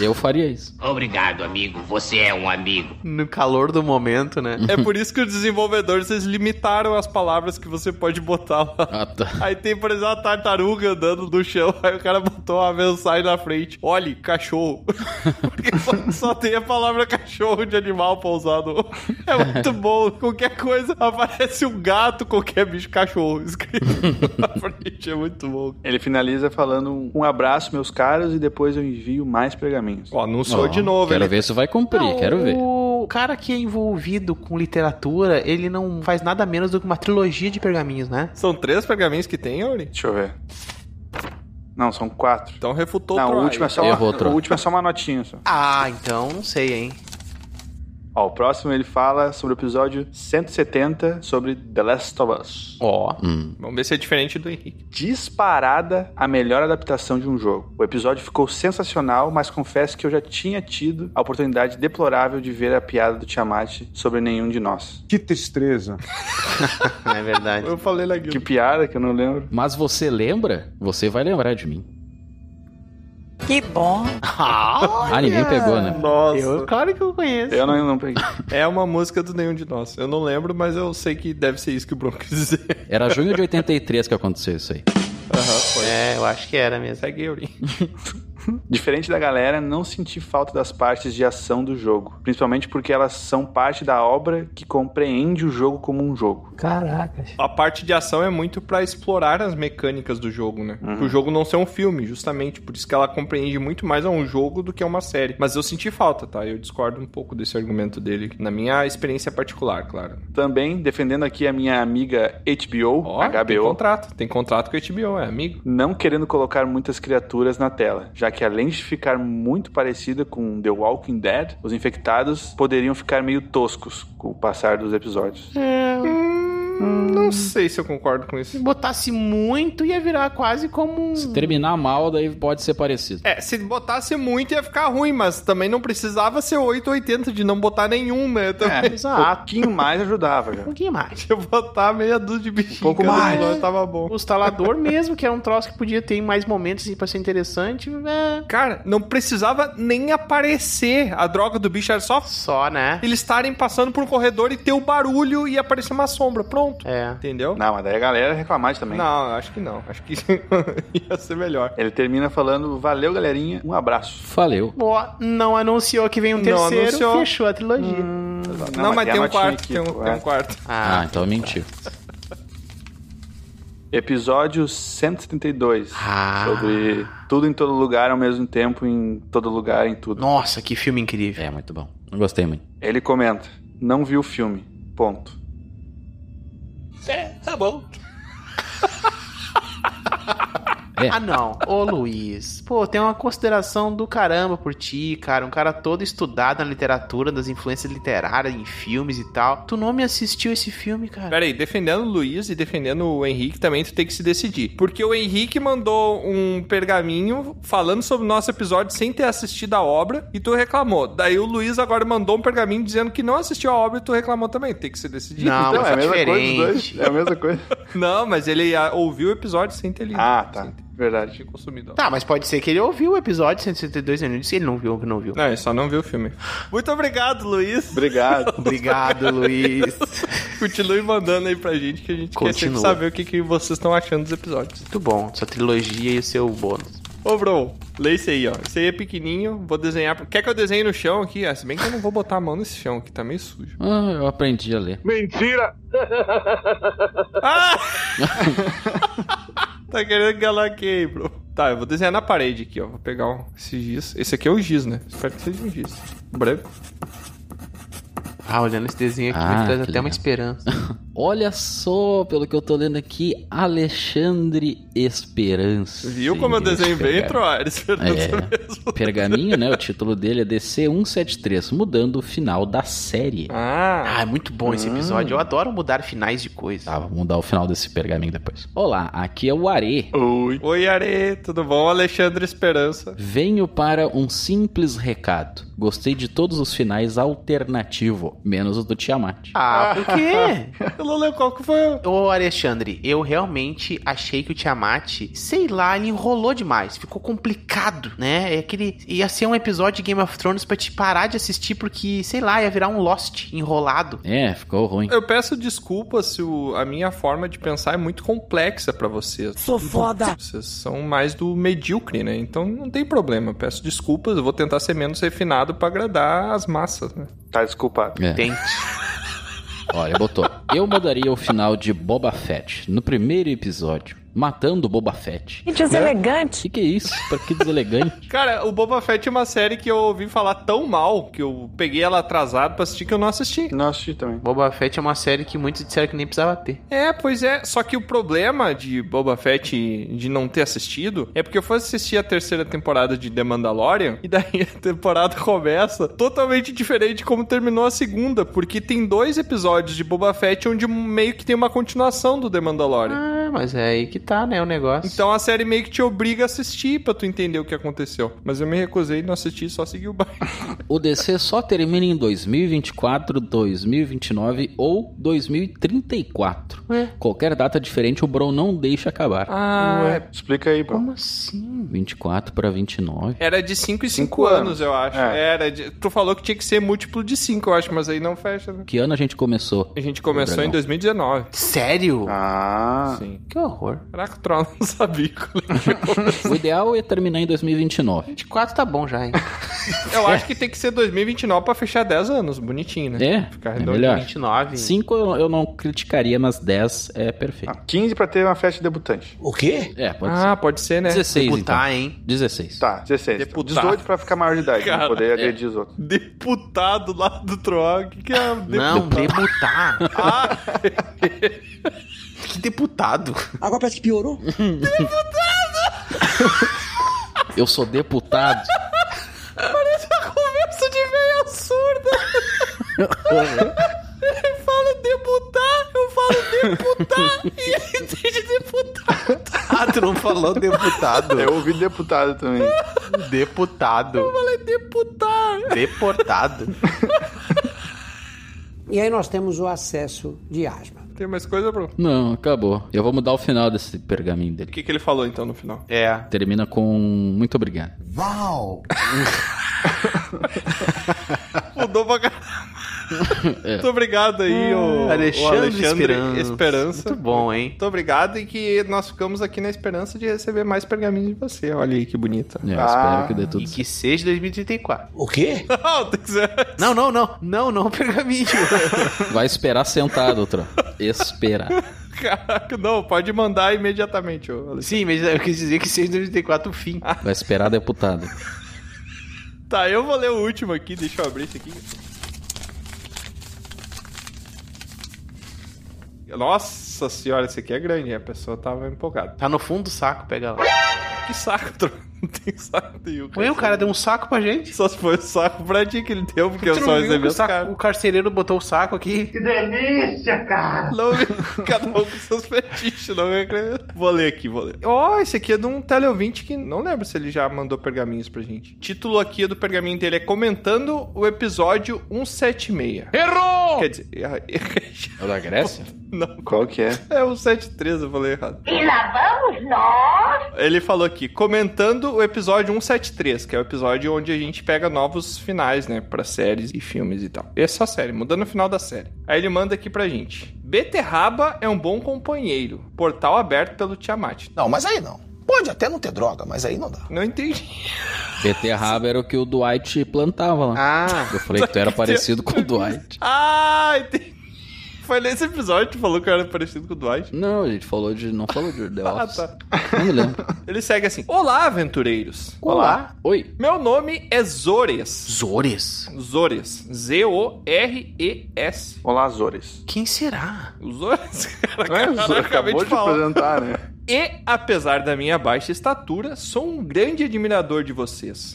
Eu faria isso.
Obrigado, amigo. Você é um amigo.
No calor do momento, né?
É por isso que os desenvolvedores eles limitaram as palavras que você pode botar lá.
Ah, tá.
Aí tem, por exemplo, a tartaruga andando no chão, aí o cara botou uma mensagem na frente. Olhe, cachorro. Porque só, só tem a palavra cachorro de animal pra usar no... É muito bom. Qualquer coisa, aparece um gato, qualquer bicho cachorro escrito na frente. É muito bom.
Ele finaliza falando um- um abraço, meus caros, e depois eu envio mais pergaminhos.
Ó, anunciou de novo.
Quero
ele...
ver se vai cumprir,
Não,
quero ver.
O cara que é envolvido com literatura, ele não faz nada menos do que uma trilogia de pergaminhos, né?
São três pergaminhos que tem, Yuri?
Deixa eu ver. Não, são quatro.
Então refutou
Não,
Troy.
o último, é só
Errou,
uma,
Troy.
o último é só uma notinha. Só.
Ah, então não sei, hein?
Ó, o próximo ele fala sobre o episódio 170 sobre The Last of Us.
Ó.
Hum.
Vamos ver se é diferente do Henrique.
Disparada a melhor adaptação de um jogo. O episódio ficou sensacional, mas confesso que eu já tinha tido a oportunidade deplorável de ver a piada do Tiamat sobre nenhum de nós.
Que tristeza.
É verdade.
Eu falei na
Que piada que eu não lembro.
Mas você lembra? Você vai lembrar de mim.
Que bom.
Ah, ninguém pegou, né?
Nossa.
Eu, claro que eu conheço.
Eu não, não peguei.
É uma música do nenhum de nós. Eu não lembro, mas eu sei que deve ser isso que o Bruno quis dizer.
Era junho de 83 que aconteceu isso aí.
É, eu acho que era mesmo.
Segue, Yuri.
Diferente da galera, não senti falta das partes de ação do jogo, principalmente porque elas são parte da obra que compreende o jogo como um jogo.
Caracas.
A parte de ação é muito pra explorar as mecânicas do jogo, né?
Uhum.
O jogo não ser um filme, justamente. Por isso que ela compreende muito mais a um jogo do que a uma série. Mas eu senti falta, tá? Eu discordo um pouco desse argumento dele. Na minha experiência particular, claro.
Também, defendendo aqui a minha amiga HBO,
Ó, tem
HBO,
contrato. Tem contrato com a HBO, é amigo.
não querendo colocar muitas criaturas na tela, já que além de ficar muito parecida com The Walking Dead, os infectados poderiam ficar meio toscos com o passar dos episódios.
É, Não sei se eu concordo com isso.
Hum. Se botasse muito, ia virar quase como um.
Se terminar mal, daí pode ser parecido.
É, se botasse muito ia ficar ruim, mas também não precisava ser 880 de não botar nenhum, né? Então,
É, um
Exato.
pouquinho mais ajudava já.
Um pouquinho mais.
se eu botar meia dúzia de bichinho,
pouco
cada
mais.
episódio tava bom.
O instalador mesmo, que era um troço que podia ter em mais momentos assim, pra ser interessante, é...
Cara, não precisava nem aparecer a droga do bicho, era só f-
só, né?
eles estarem passando por um corredor e ter o barulho e aparecer uma sombra, pronto.
É.
Entendeu?
Não, mas daí a galera ia reclamar disso também.
Não, acho que não. Acho que ia ser melhor.
Ele termina falando, valeu galerinha, um abraço.
Valeu.
Ó, não Hum. anunciou que vem um
Não
terceiro,
anunciou.
fechou a trilogia.
Não, mas, tem
a
um
notinha
quarto,
aqui,
tem
pô,
um,
é.
tem um quarto.
Ah, então mentiu.
Episódio 172.
Ah.
Sobre tudo em todo lugar ao mesmo tempo, em todo lugar, em tudo.
Nossa, que filme incrível.
É, muito bom. Não gostei muito.
Ele comenta: Não vi o filme. Ponto.
É.
Ah, não. Ô, Luiz. Pô, tem uma consideração do caramba por ti, cara. Um cara todo estudado na literatura, das influências literárias, em filmes e tal. Tu não me assistiu esse filme, cara?
Peraí, defendendo o Luiz e defendendo o Henrique também, tu tem que se decidir. Porque o Henrique mandou um pergaminho falando sobre o nosso episódio sem ter assistido a obra e tu reclamou. Daí o Luiz agora mandou um pergaminho dizendo que não assistiu a obra e tu reclamou também. Tem que se decidir. Então,
Não, mas é diferente.
coisa dos dois. É a mesma coisa.
Não, mas ele ah, ouviu o episódio sem ter lido.
ah, tá.
Sem ter-
Verdade.
sem ter consumido.
Tá, mas pode ser que ele ouviu o episódio 172 minutos e ele não viu, não viu.
Não, ele só não viu o filme. Muito obrigado, Luiz.
Obrigado.
Obrigado, Luiz.
Continue mandando aí pra gente que a gente quer sempre
Continua.
saber o que, que vocês estão achando dos episódios.
Muito bom. Sua trilogia e o seu bônus.
Ô, bro, lê isso aí, ó. Isso aí é pequenininho, vou desenhar. Quer que eu desenhe no chão aqui? Ah, se bem que eu não vou botar a mão nesse chão aqui, tá meio sujo.
Ah, eu aprendi a ler.
Ah! tá querendo galaquei, bro. Tá, eu vou desenhar na parede aqui, ó. Vou pegar um- esse giz. Esse aqui é o giz, né? Espero que seja um giz. Branco.
Ah, olhando esse desenho aqui,
Ah,
me traz
que
até uma
legal.
esperança.
Olha só, pelo que eu tô lendo aqui, Alexandre Esperança.
Viu como eu desenho bem,
Perga-
Troar?
É.
Esperança mesmo.
Pergaminho, né? O título dele é DC 173, mudando o final da série.
Ah,
Ah, é muito bom esse episódio. Eu adoro mudar finais de coisas.
Tá, vou mudar o final desse pergaminho depois. Olá, aqui é o Are.
Oi.
oi, Are, tudo bom? Alexandre Esperança.
Venho para um simples recado. Gostei de todos os finais alternativo, menos o do Tiamat.
Ah, por quê?
Eu não lembro qual que foi.
Ô Alexandre, eu realmente achei que o Tiamat, sei lá, ele enrolou demais. Ficou complicado, né? É aquele. Ia ser um episódio de Game of Thrones pra te parar de assistir, porque, sei lá, ia virar um Lost enrolado.
É, ficou ruim.
Eu peço desculpas se o- a minha forma de pensar é muito complexa pra vocês.
Sou foda.
Vocês são mais do medíocre, né? Então não tem problema. Eu peço desculpas. Eu vou tentar ser menos refinado pra agradar as massas, né?
Tá desculpado.
É.
Tem.
Olha, botou. Eu mudaria o final de Boba Fett no primeiro episódio, matando Boba Fett.
Que deselegante.
Que que é isso? Pra que deselegante?
Cara, o Boba Fett é uma série que eu ouvi falar tão mal que eu peguei ela atrasado pra assistir que eu não assisti.
Não assisti também.
Boba Fett é uma série que muitos disseram que nem precisava ter.
É, pois é. Só que o problema de Boba Fett de não ter assistido é porque eu fui assistir a terceira temporada de The Mandalorian e daí a temporada começa totalmente diferente de como terminou a segunda, porque tem dois episódios de Boba Fett onde meio que tem uma continuação do The Mandalorian.
Ah, mas é aí que tá, né, o negócio.
Então a série meio que te obriga a assistir pra tu entender o que aconteceu. Mas eu me recusei, não assisti, só segui o bairro.
O DC só termina em 2024, 2029 ou 2034.
Ué?
Qualquer data diferente, o Bron não deixa acabar.
Ah,
Ué, explica aí, bro.
Como assim?
24 pra 29.
Era de 5 em 5
Cinco
anos,
anos,
eu acho.
é.
Era de... Tu falou que tinha que ser múltiplo de 5, eu acho, mas aí não fecha, né?
Que ano a gente começou?
A gente começou
Dragão.
em 2019.
Sério?
Ah,
Sim.
Que horror.
Caraca, o Troll não sabia. quando que
O ideal é terminar em 2029.
24 tá bom já, hein?
Eu, eu acho que tem que ser 2029 pra fechar 10 anos. Bonitinho, né?
É,
Ficar
é
redondinho.
melhor.
29.
5 eu, eu não criticaria, mas 10 é perfeito.
Ah, 15 pra ter uma festa de debutante.
O quê?
É, pode ser.
Ah, pode ser, né?
16, então.
Putar, hein?
16.
Tá, 16.
Deputado.
18 pra ficar maior de idade,
Cara,
pra poder agredir os outros.
Deputado lá do Troll. O que, que é um
Não, debutar.
deputado? Ah,
que deputado.
Agora parece que piorou.
Eu sou deputado.
conversa de meia surda. Ele fala deputar, eu falo deputar e ele entende deputar.
Ah, tu não falou deputado.
Eu ouvi deputado também.
Deputado.
Fala é deputar.
Deportado.
Né? E aí nós temos o acesso de asma.
Tem mais coisa, bro?
Não, acabou. Eu vou mudar o final desse pergaminho
O
dele.
que, que ele falou então no final?
É.
Termina com muito obrigado.
Mudou pra caramba. Muito obrigado aí, ô,
É. Alexandre,
ô
Esperança.
Esperança.
Muito bom, hein?
Muito obrigado e que nós ficamos aqui na esperança de receber mais pergaminhos de você. Olha aí que bonita.
É, eu
Ah,
espero que dê tudo
E que seja 2034.
O quê?
É.
Não, tem que ser-
Não, não, não. Não, não, pergaminho.
Ah.
certo. Vai esperar sentado, outro. Esperar.
Caraca, não, pode mandar imediatamente, ô, Alexandre.
Sim, mas eu quis dizer que seja 2034 o fim.
Vai esperar deputado.
Tá, eu vou ler o último aqui, deixa eu abrir isso aqui. Nossa senhora, esse aqui é grande, a pessoa tava empolgada.
Tá no fundo do saco, pega lá.
Que saco, tro- não tem saco nenhum.
Ué, o cara deu um saco pra gente.
Só se foi o saco pra ti que ele deu, porque eu
Tu não
só
viu que
recebi
o,
os
saco-
caras.
o carcereiro botou o saco aqui.
Não, cada um com seus fetiches, não reclama. Vou ler aqui, vou ler. Ó, esse aqui é de um teleouvinte que não lembro se ele já mandou pergaminhos pra gente. Título aqui do pergaminho dele é Comentando o episódio 176. Errou! Quer dizer, erra-
É o da Grécia?
não.
Qual que é?
É o 73, eu falei errado.
E lá vamos nós.
Ele falou aqui, comentando o episódio 173, que é o episódio onde a gente pega novos finais, né, Pra séries e filmes e tal. Essa é a série, mudando o final da série. Aí ele manda aqui pra gente. Beterraba é um bom companheiro. Portal aberto pelo Tiamat.
Não, mas aí não. Pode até não ter droga, mas aí não dá.
Não entendi.
Beterraba era o que o Dwight plantava lá.
Ah,
Eu falei que tu era
Tá
parecido com o Dwight.
Ah, entendi. Foi nesse episódio que tu falou que eu era parecido com o Dwight.
Não, a gente falou de. Não falou de The
Ah,
Office.
tá.
Não me lembro.
Ele segue assim. Olá, aventureiros.
olá.
Oi.
Meu nome é Zores.
Zores?
Zores. Z-O-R-E-S.
Olá, Azores.
Quem será?
Os outros, cara,
Não é,
caralho, eu
Azores?
acabei de
Acabou de
falar.
apresentar, né?
E, apesar da minha baixa estatura, sou um grande admirador de vocês.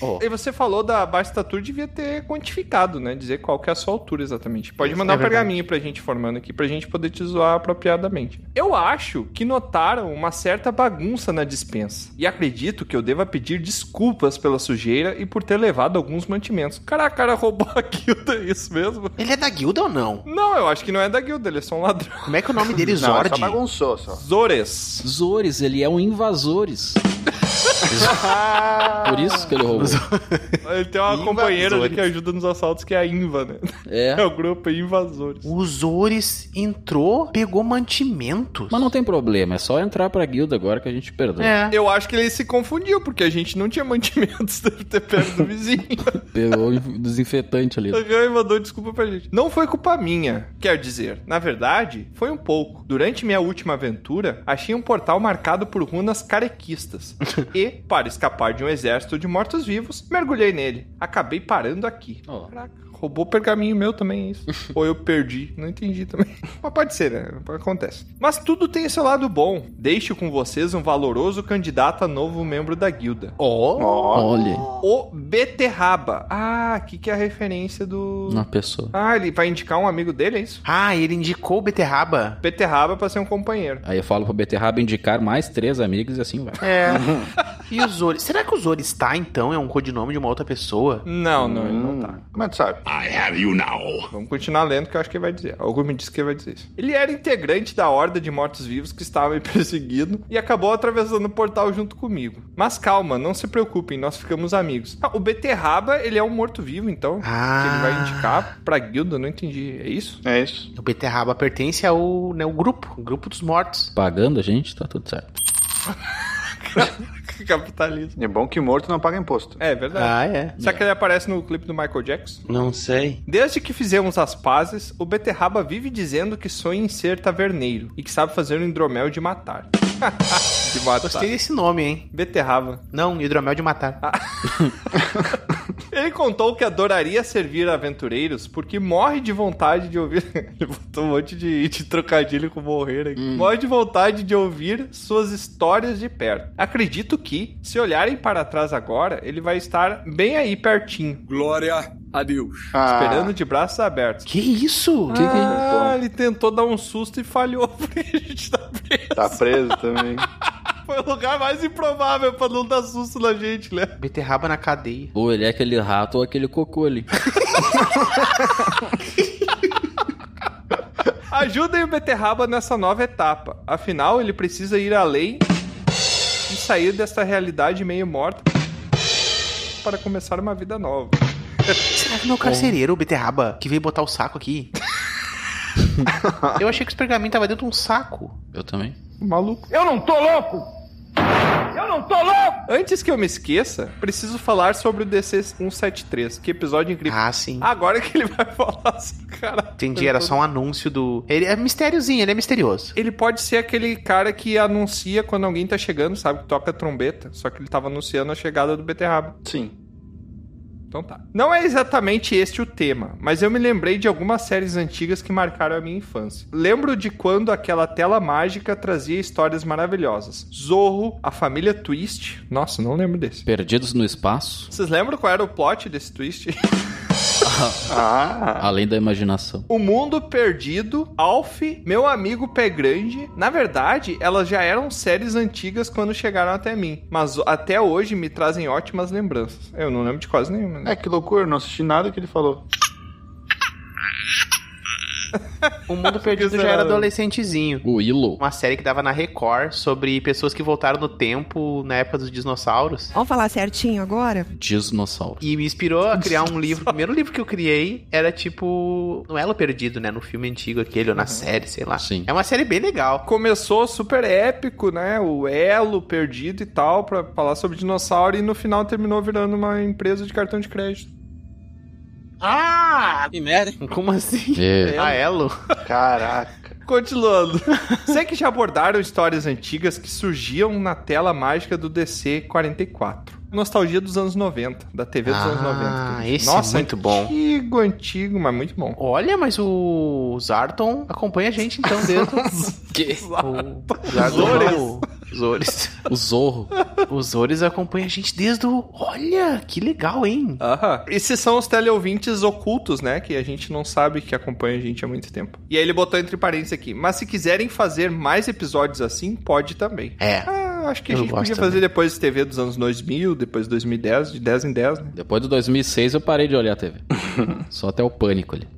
Oh.
Ó.
E você falou da baixa estatura, devia ter quantificado, né? Dizer qual que é a sua altura exatamente. Pode
é
mandar um
verdade.
pergaminho pra gente formando aqui, pra gente poder te zoar apropriadamente. Eu acho que notaram uma certa bagunça na dispensa. E acredito que eu deva pedir desculpas pela sujeira e por ter levado alguns mantimentos. Caraca, cara roubou a guilda, é isso mesmo?
Ele é da guilda ou não?
Não, eu acho que não é da guilda, ele é só um ladrão.
Como é que é o nome dele?
Não, ele
Zord?
só bagunçou só.
Zores.
Zores, ele é um invasores. Por isso que ele roubou.
Ele tem uma
Invasores.
companheira ali que ajuda nos assaltos, que é a Inva, né?
É.
É o grupo Invasores.
O Zores entrou, pegou mantimentos.
Mas não tem problema, é só entrar pra guilda agora que a gente perdoa.
É.
Eu acho que ele se confundiu, porque a gente não tinha mantimentos, deve ter pego do vizinho.
Pegou o desinfetante ali.
Ele mandou desculpa pra gente. Não foi culpa minha, quer dizer. Na verdade, foi um pouco. Durante minha última aventura, achei um portal marcado por runas carequistas. e, para escapar de um exército de mortos-vivos, mergulhei nele. Acabei parando aqui.
Ó.
Caraca, roubou o pergaminho meu também, é isso. Ou eu perdi, não entendi também. Mas pode ser, né? Acontece. Mas tudo tem seu lado bom. Deixo com vocês um valoroso candidato a novo membro da guilda.
Ó,
Ó,
Olha,
O Beterraba. Ah, aqui que é a referência do...
uma pessoa.
Ah, ele vai indicar um amigo dele, é isso?
Ah, ele indicou o beterraba.
Beterraba pra ser um companheiro.
Aí eu falo pro Beterraba indicar mais três amigos e assim vai.
É. e o Zores? Será que o Zores tá, então? É um codinome de uma outra pessoa?
Não, não, ele não
hum,
tá.
Como é que tu sabe?
I have you now.
Vamos continuar lendo que eu acho que ele vai dizer. Algo me disse que ele vai dizer isso. Ele era integrante da horda de mortos-vivos que estava me perseguindo e acabou atravessando o portal junto comigo. Mas calma, não se preocupem, nós ficamos amigos. Ah, o Beterraba, ele é um morto-vivo, então.
Ah.
Que ele vai indicar pra guilda, não entendi. É isso?
É isso.
O beterraba pertence ao né, o grupo, o grupo dos mortos.
Pagando a gente, tá tudo certo.
Que capitalismo.
E é bom que morto não paga imposto.
É verdade.
Ah, é.
Será que ele aparece no clipe do Michael Jackson?
Não sei.
Desde que fizemos as pazes, o Beterraba vive dizendo que sonha em ser taverneiro e que sabe fazer um hidromel de matar. de matar.
Gostei desse nome, hein?
Beterraba.
Não, hidromel de matar.
Ele contou que adoraria servir a aventureiros porque morre de vontade de ouvir. Ele botou um monte de, de trocadilho com morrer aqui. Morre de vontade de ouvir suas histórias de perto. Acredito que, se olharem para trás agora, ele vai estar bem aí pertinho,
Glória a Deus.
Ah,
esperando de braços abertos.
Que é isso?
ah, ele tentou dar um susto e falhou porque a gente tá preso.
Tá preso também.
Foi o lugar mais improvável pra não dar susto na gente, né?
Beterraba na cadeia.
Ou ele é aquele rato ou aquele cocô ali.
Ajudem o Beterraba nessa nova etapa. Afinal, ele precisa ir além e sair desta realidade meio morta para começar uma vida nova.
Será que não é o carcereiro, o beterraba, que veio botar o saco aqui? Eu achei que esse pergaminho tava dentro de um saco.
Eu também.
Maluco. Eu não tô louco! Eu não tô louco! Antes que eu me esqueça, preciso falar sobre o DC 173. Que episódio incrível.
Ah, sim.
Agora que ele vai falar, assim, cara.
Entendi, era só um anúncio do. Ele é mistériozinho, ele é misterioso.
Ele pode ser aquele cara que anuncia quando alguém tá chegando, sabe? Que toca trombeta. Só que ele tava anunciando a chegada do Beterraba.
Sim.
Então tá. Não é exatamente este o tema, mas eu me lembrei de algumas séries antigas que marcaram a minha infância. Lembro de quando aquela tela mágica trazia histórias maravilhosas. Zorro, a família Twist. Nossa, não lembro desse.
Perdidos no espaço,
Vocês lembram qual era o plot desse Twist?
Ah,
além da imaginação.
O Mundo Perdido, Alf, Meu Amigo Pé Grande. Na verdade, elas já eram séries antigas quando chegaram até mim, mas até hoje me trazem ótimas lembranças. Eu não lembro de quase nenhuma. Né?
é que loucura, não assisti nada que ele falou.
O Mundo Perdido já era adolescentezinho.
O Willow.
Uma série que dava na Record sobre pessoas que voltaram no tempo na época dos dinossauros.
Vamos falar certinho agora?
Dinossauro.
E me inspirou a criar um livro. O primeiro livro que eu criei era tipo. Não era o Perdido, né? No filme antigo aquele, ou na série, sei lá.
Sim.
É uma série bem legal.
Começou super épico, né? O elo perdido e tal, pra falar sobre dinossauro, e no final terminou virando uma empresa de cartão de crédito.
Ah, Que merda.
Como assim?
É.
A Elo?
Caraca.
Continuando. Sei que já abordaram histórias antigas que surgiam na tela mágica do DC 44. Nostalgia dos anos 90, da TV dos
Ah,
anos 90. que-
esse é muito bom.
Antigo, antigo, mas muito bom.
Olha, mas o Zarton acompanha a gente então dentro.
Que? Tá
o Zores.
Zardon.
Os Ores.
O Zorro.
Os Ores acompanham a gente desde o. Olha, que legal, hein?
Aham. Esses são os teleouvintes ocultos, né? Que a gente não sabe que acompanha a gente há muito tempo. E aí ele botou entre parênteses aqui. Mas se quiserem fazer mais episódios assim, pode também.
É.
Ah, acho que a
Eu
gente
gosto
podia
também.
fazer depois de TV dos anos 2000, depois de 2010, de 10 em 10, né?
Depois do 2006 eu parei de olhar a TV. Só até o pânico ali.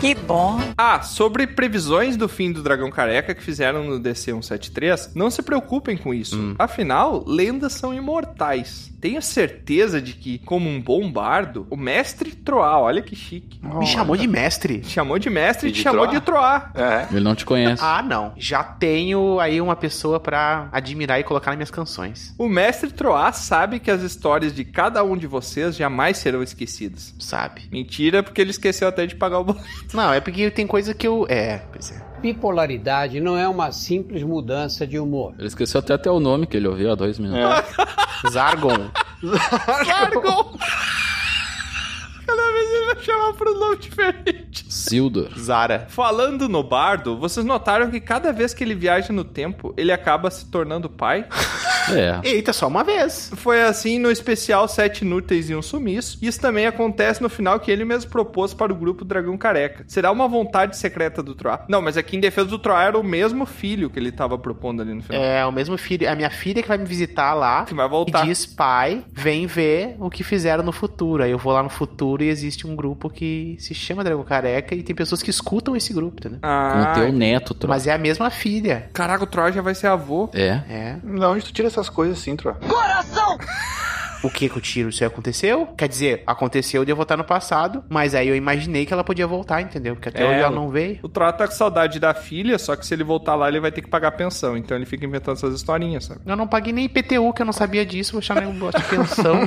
Que bom.
Ah, sobre previsões do fim do Dragão Careca que fizeram no DC 173, não se preocupem com isso. Afinal, lendas são imortais. Tenho certeza de que, como um bom bardo, o mestre Troá, olha que chique.
Me chamou de mestre.
Te chamou de mestre e
E
te
de
chamou
Troá?
de Troá.
É.
Ele não te conhece.
Ah, não. Já tenho aí uma pessoa pra admirar e colocar nas minhas canções.
O mestre Troá sabe que as histórias de cada um de vocês jamais serão esquecidas.
Sabe?
Mentira, porque ele esqueceu até de pagar o boleto.
Não, é porque tem coisa que eu. É, pois é.
Bipolaridade não é uma simples mudança de humor.
Ele esqueceu até, até o nome que ele ouviu há dois minutos.
É.
Zargon.
Largou! Cada vez ele vai chamar pro nome diferente.
Sildor.
Zara.
Falando no bardo, vocês notaram que cada vez que ele viaja no tempo, ele acaba se tornando pai?
É.
Eita, só uma vez.
Foi assim no especial Sete Inúteis e um Sumiço. Isso também acontece no final que ele mesmo propôs para o grupo Dragão Careca. Será uma vontade secreta do Troá? Não, mas aqui em defesa do Troá era o mesmo filho que ele tava propondo ali no final.
É, o mesmo filho. A minha filha que vai me visitar lá.
Que vai
E
voltar.
diz, pai, vem ver o que fizeram no futuro. Aí eu vou lá no futuro e existe um grupo que se chama Dragão Careca e tem pessoas que escutam esse grupo, entendeu?
Com o
Ah,
teu neto, troca.
Mas é a mesma filha.
caraca, o Troá já vai ser avô.
É.
É.
Da onde tu tira essas coisas assim, Troá?
O que que eu tiro? Isso aí aconteceu? Quer dizer, aconteceu de eu voltar no passado, mas aí eu imaginei que ela podia voltar, entendeu? Porque até
É,
hoje ela
o-
não veio.
O Troá tá com saudade da filha, só que se ele voltar lá, ele vai ter que pagar pensão. Então ele fica inventando essas historinhas, sabe?
Eu não paguei nem IPTU, que eu não sabia disso, vou chamar um negócio de pensão.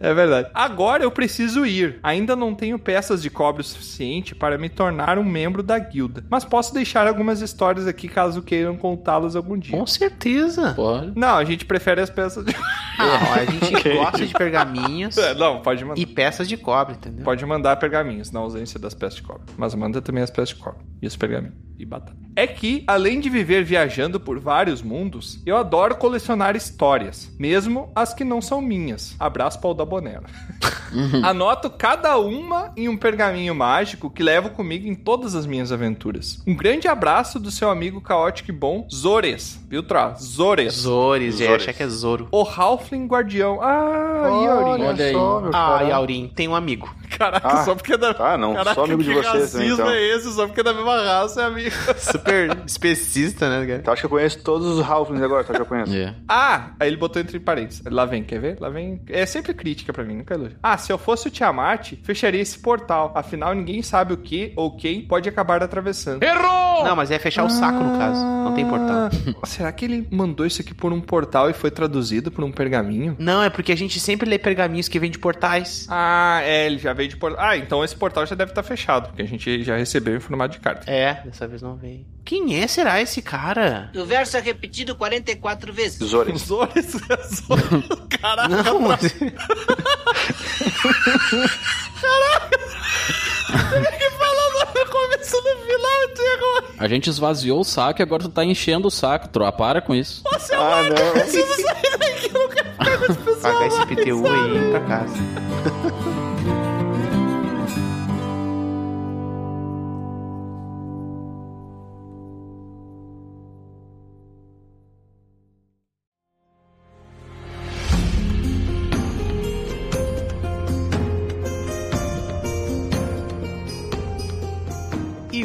É verdade. Agora eu preciso ir. Ainda não tenho peças de cobre o suficiente para me tornar um membro da guilda. Mas posso deixar algumas histórias aqui caso queiram contá-las algum dia.
Com certeza.
Pode.
Não, a gente prefere as peças de.
Ah, ó, a gente gosta de pergaminhos
É, não, pode mandar.
e peças de cobre, entendeu?
É. Pode mandar pergaminhos na ausência das peças de cobre. Mas manda também as peças de cobre. E os pergaminhos. E batata. É que, além de viver viajando por vários mundos, eu adoro colecionar histórias. Mesmo as que não são minhas. Abraço, Paulo da Bonera. Anoto cada uma em um pergaminho mágico que levo comigo em todas as minhas aventuras. Um grande abraço do seu amigo caótico e bom, Zores. Viu, Tra? Zores.
Zores, é,
Zores.
achei que é Zoro.
o Halfling Guardião. Ah, e Aurinho.
Olha aí.
meu
Ah,
cara.
Yaurin, tem um amigo.
Caraca,
Ah.
só porque é da
Ah, não, só amigo de
que
vocês, né,
racismo
então.
é esse? Só porque é da mesma raça, é amigo.
Super especista, né, cara?
Tu acha Então, que eu conheço todos os Halflings agora? Tu acha que eu conheço?
É.
Ah, aí ele botou entre parênteses. Lá vem, quer ver? Lá vem. É sempre crítica pra mim, nunca elogio. Ah, se eu fosse o Tiamat, fecharia esse portal. Afinal, ninguém sabe o que ou quem pode acabar atravessando.
Não, mas é fechar o saco, no caso. Não tem portal.
Oh. Ah, Será que ele mandou isso aqui por um portal e foi traduzido por um pergaminho?
Não, é porque a gente sempre lê pergaminhos que vêm de portais.
Ah, é, ele já veio de portal. Ah, então esse portal já deve estar fechado, porque a gente já recebeu em formato de carta.
É, dessa vez não veio. Quem é, será, esse cara?
O verso é repetido 44 vezes.
Zores.
Os olhos, os olhos, caraca.
Não, mas...
falando no começo do final, Diego.
A gente esvaziou o saco e agora tu tá enchendo o saco, Troa. Para com isso.
Ah, não.
Pagar esse PTU e ir pra casa. E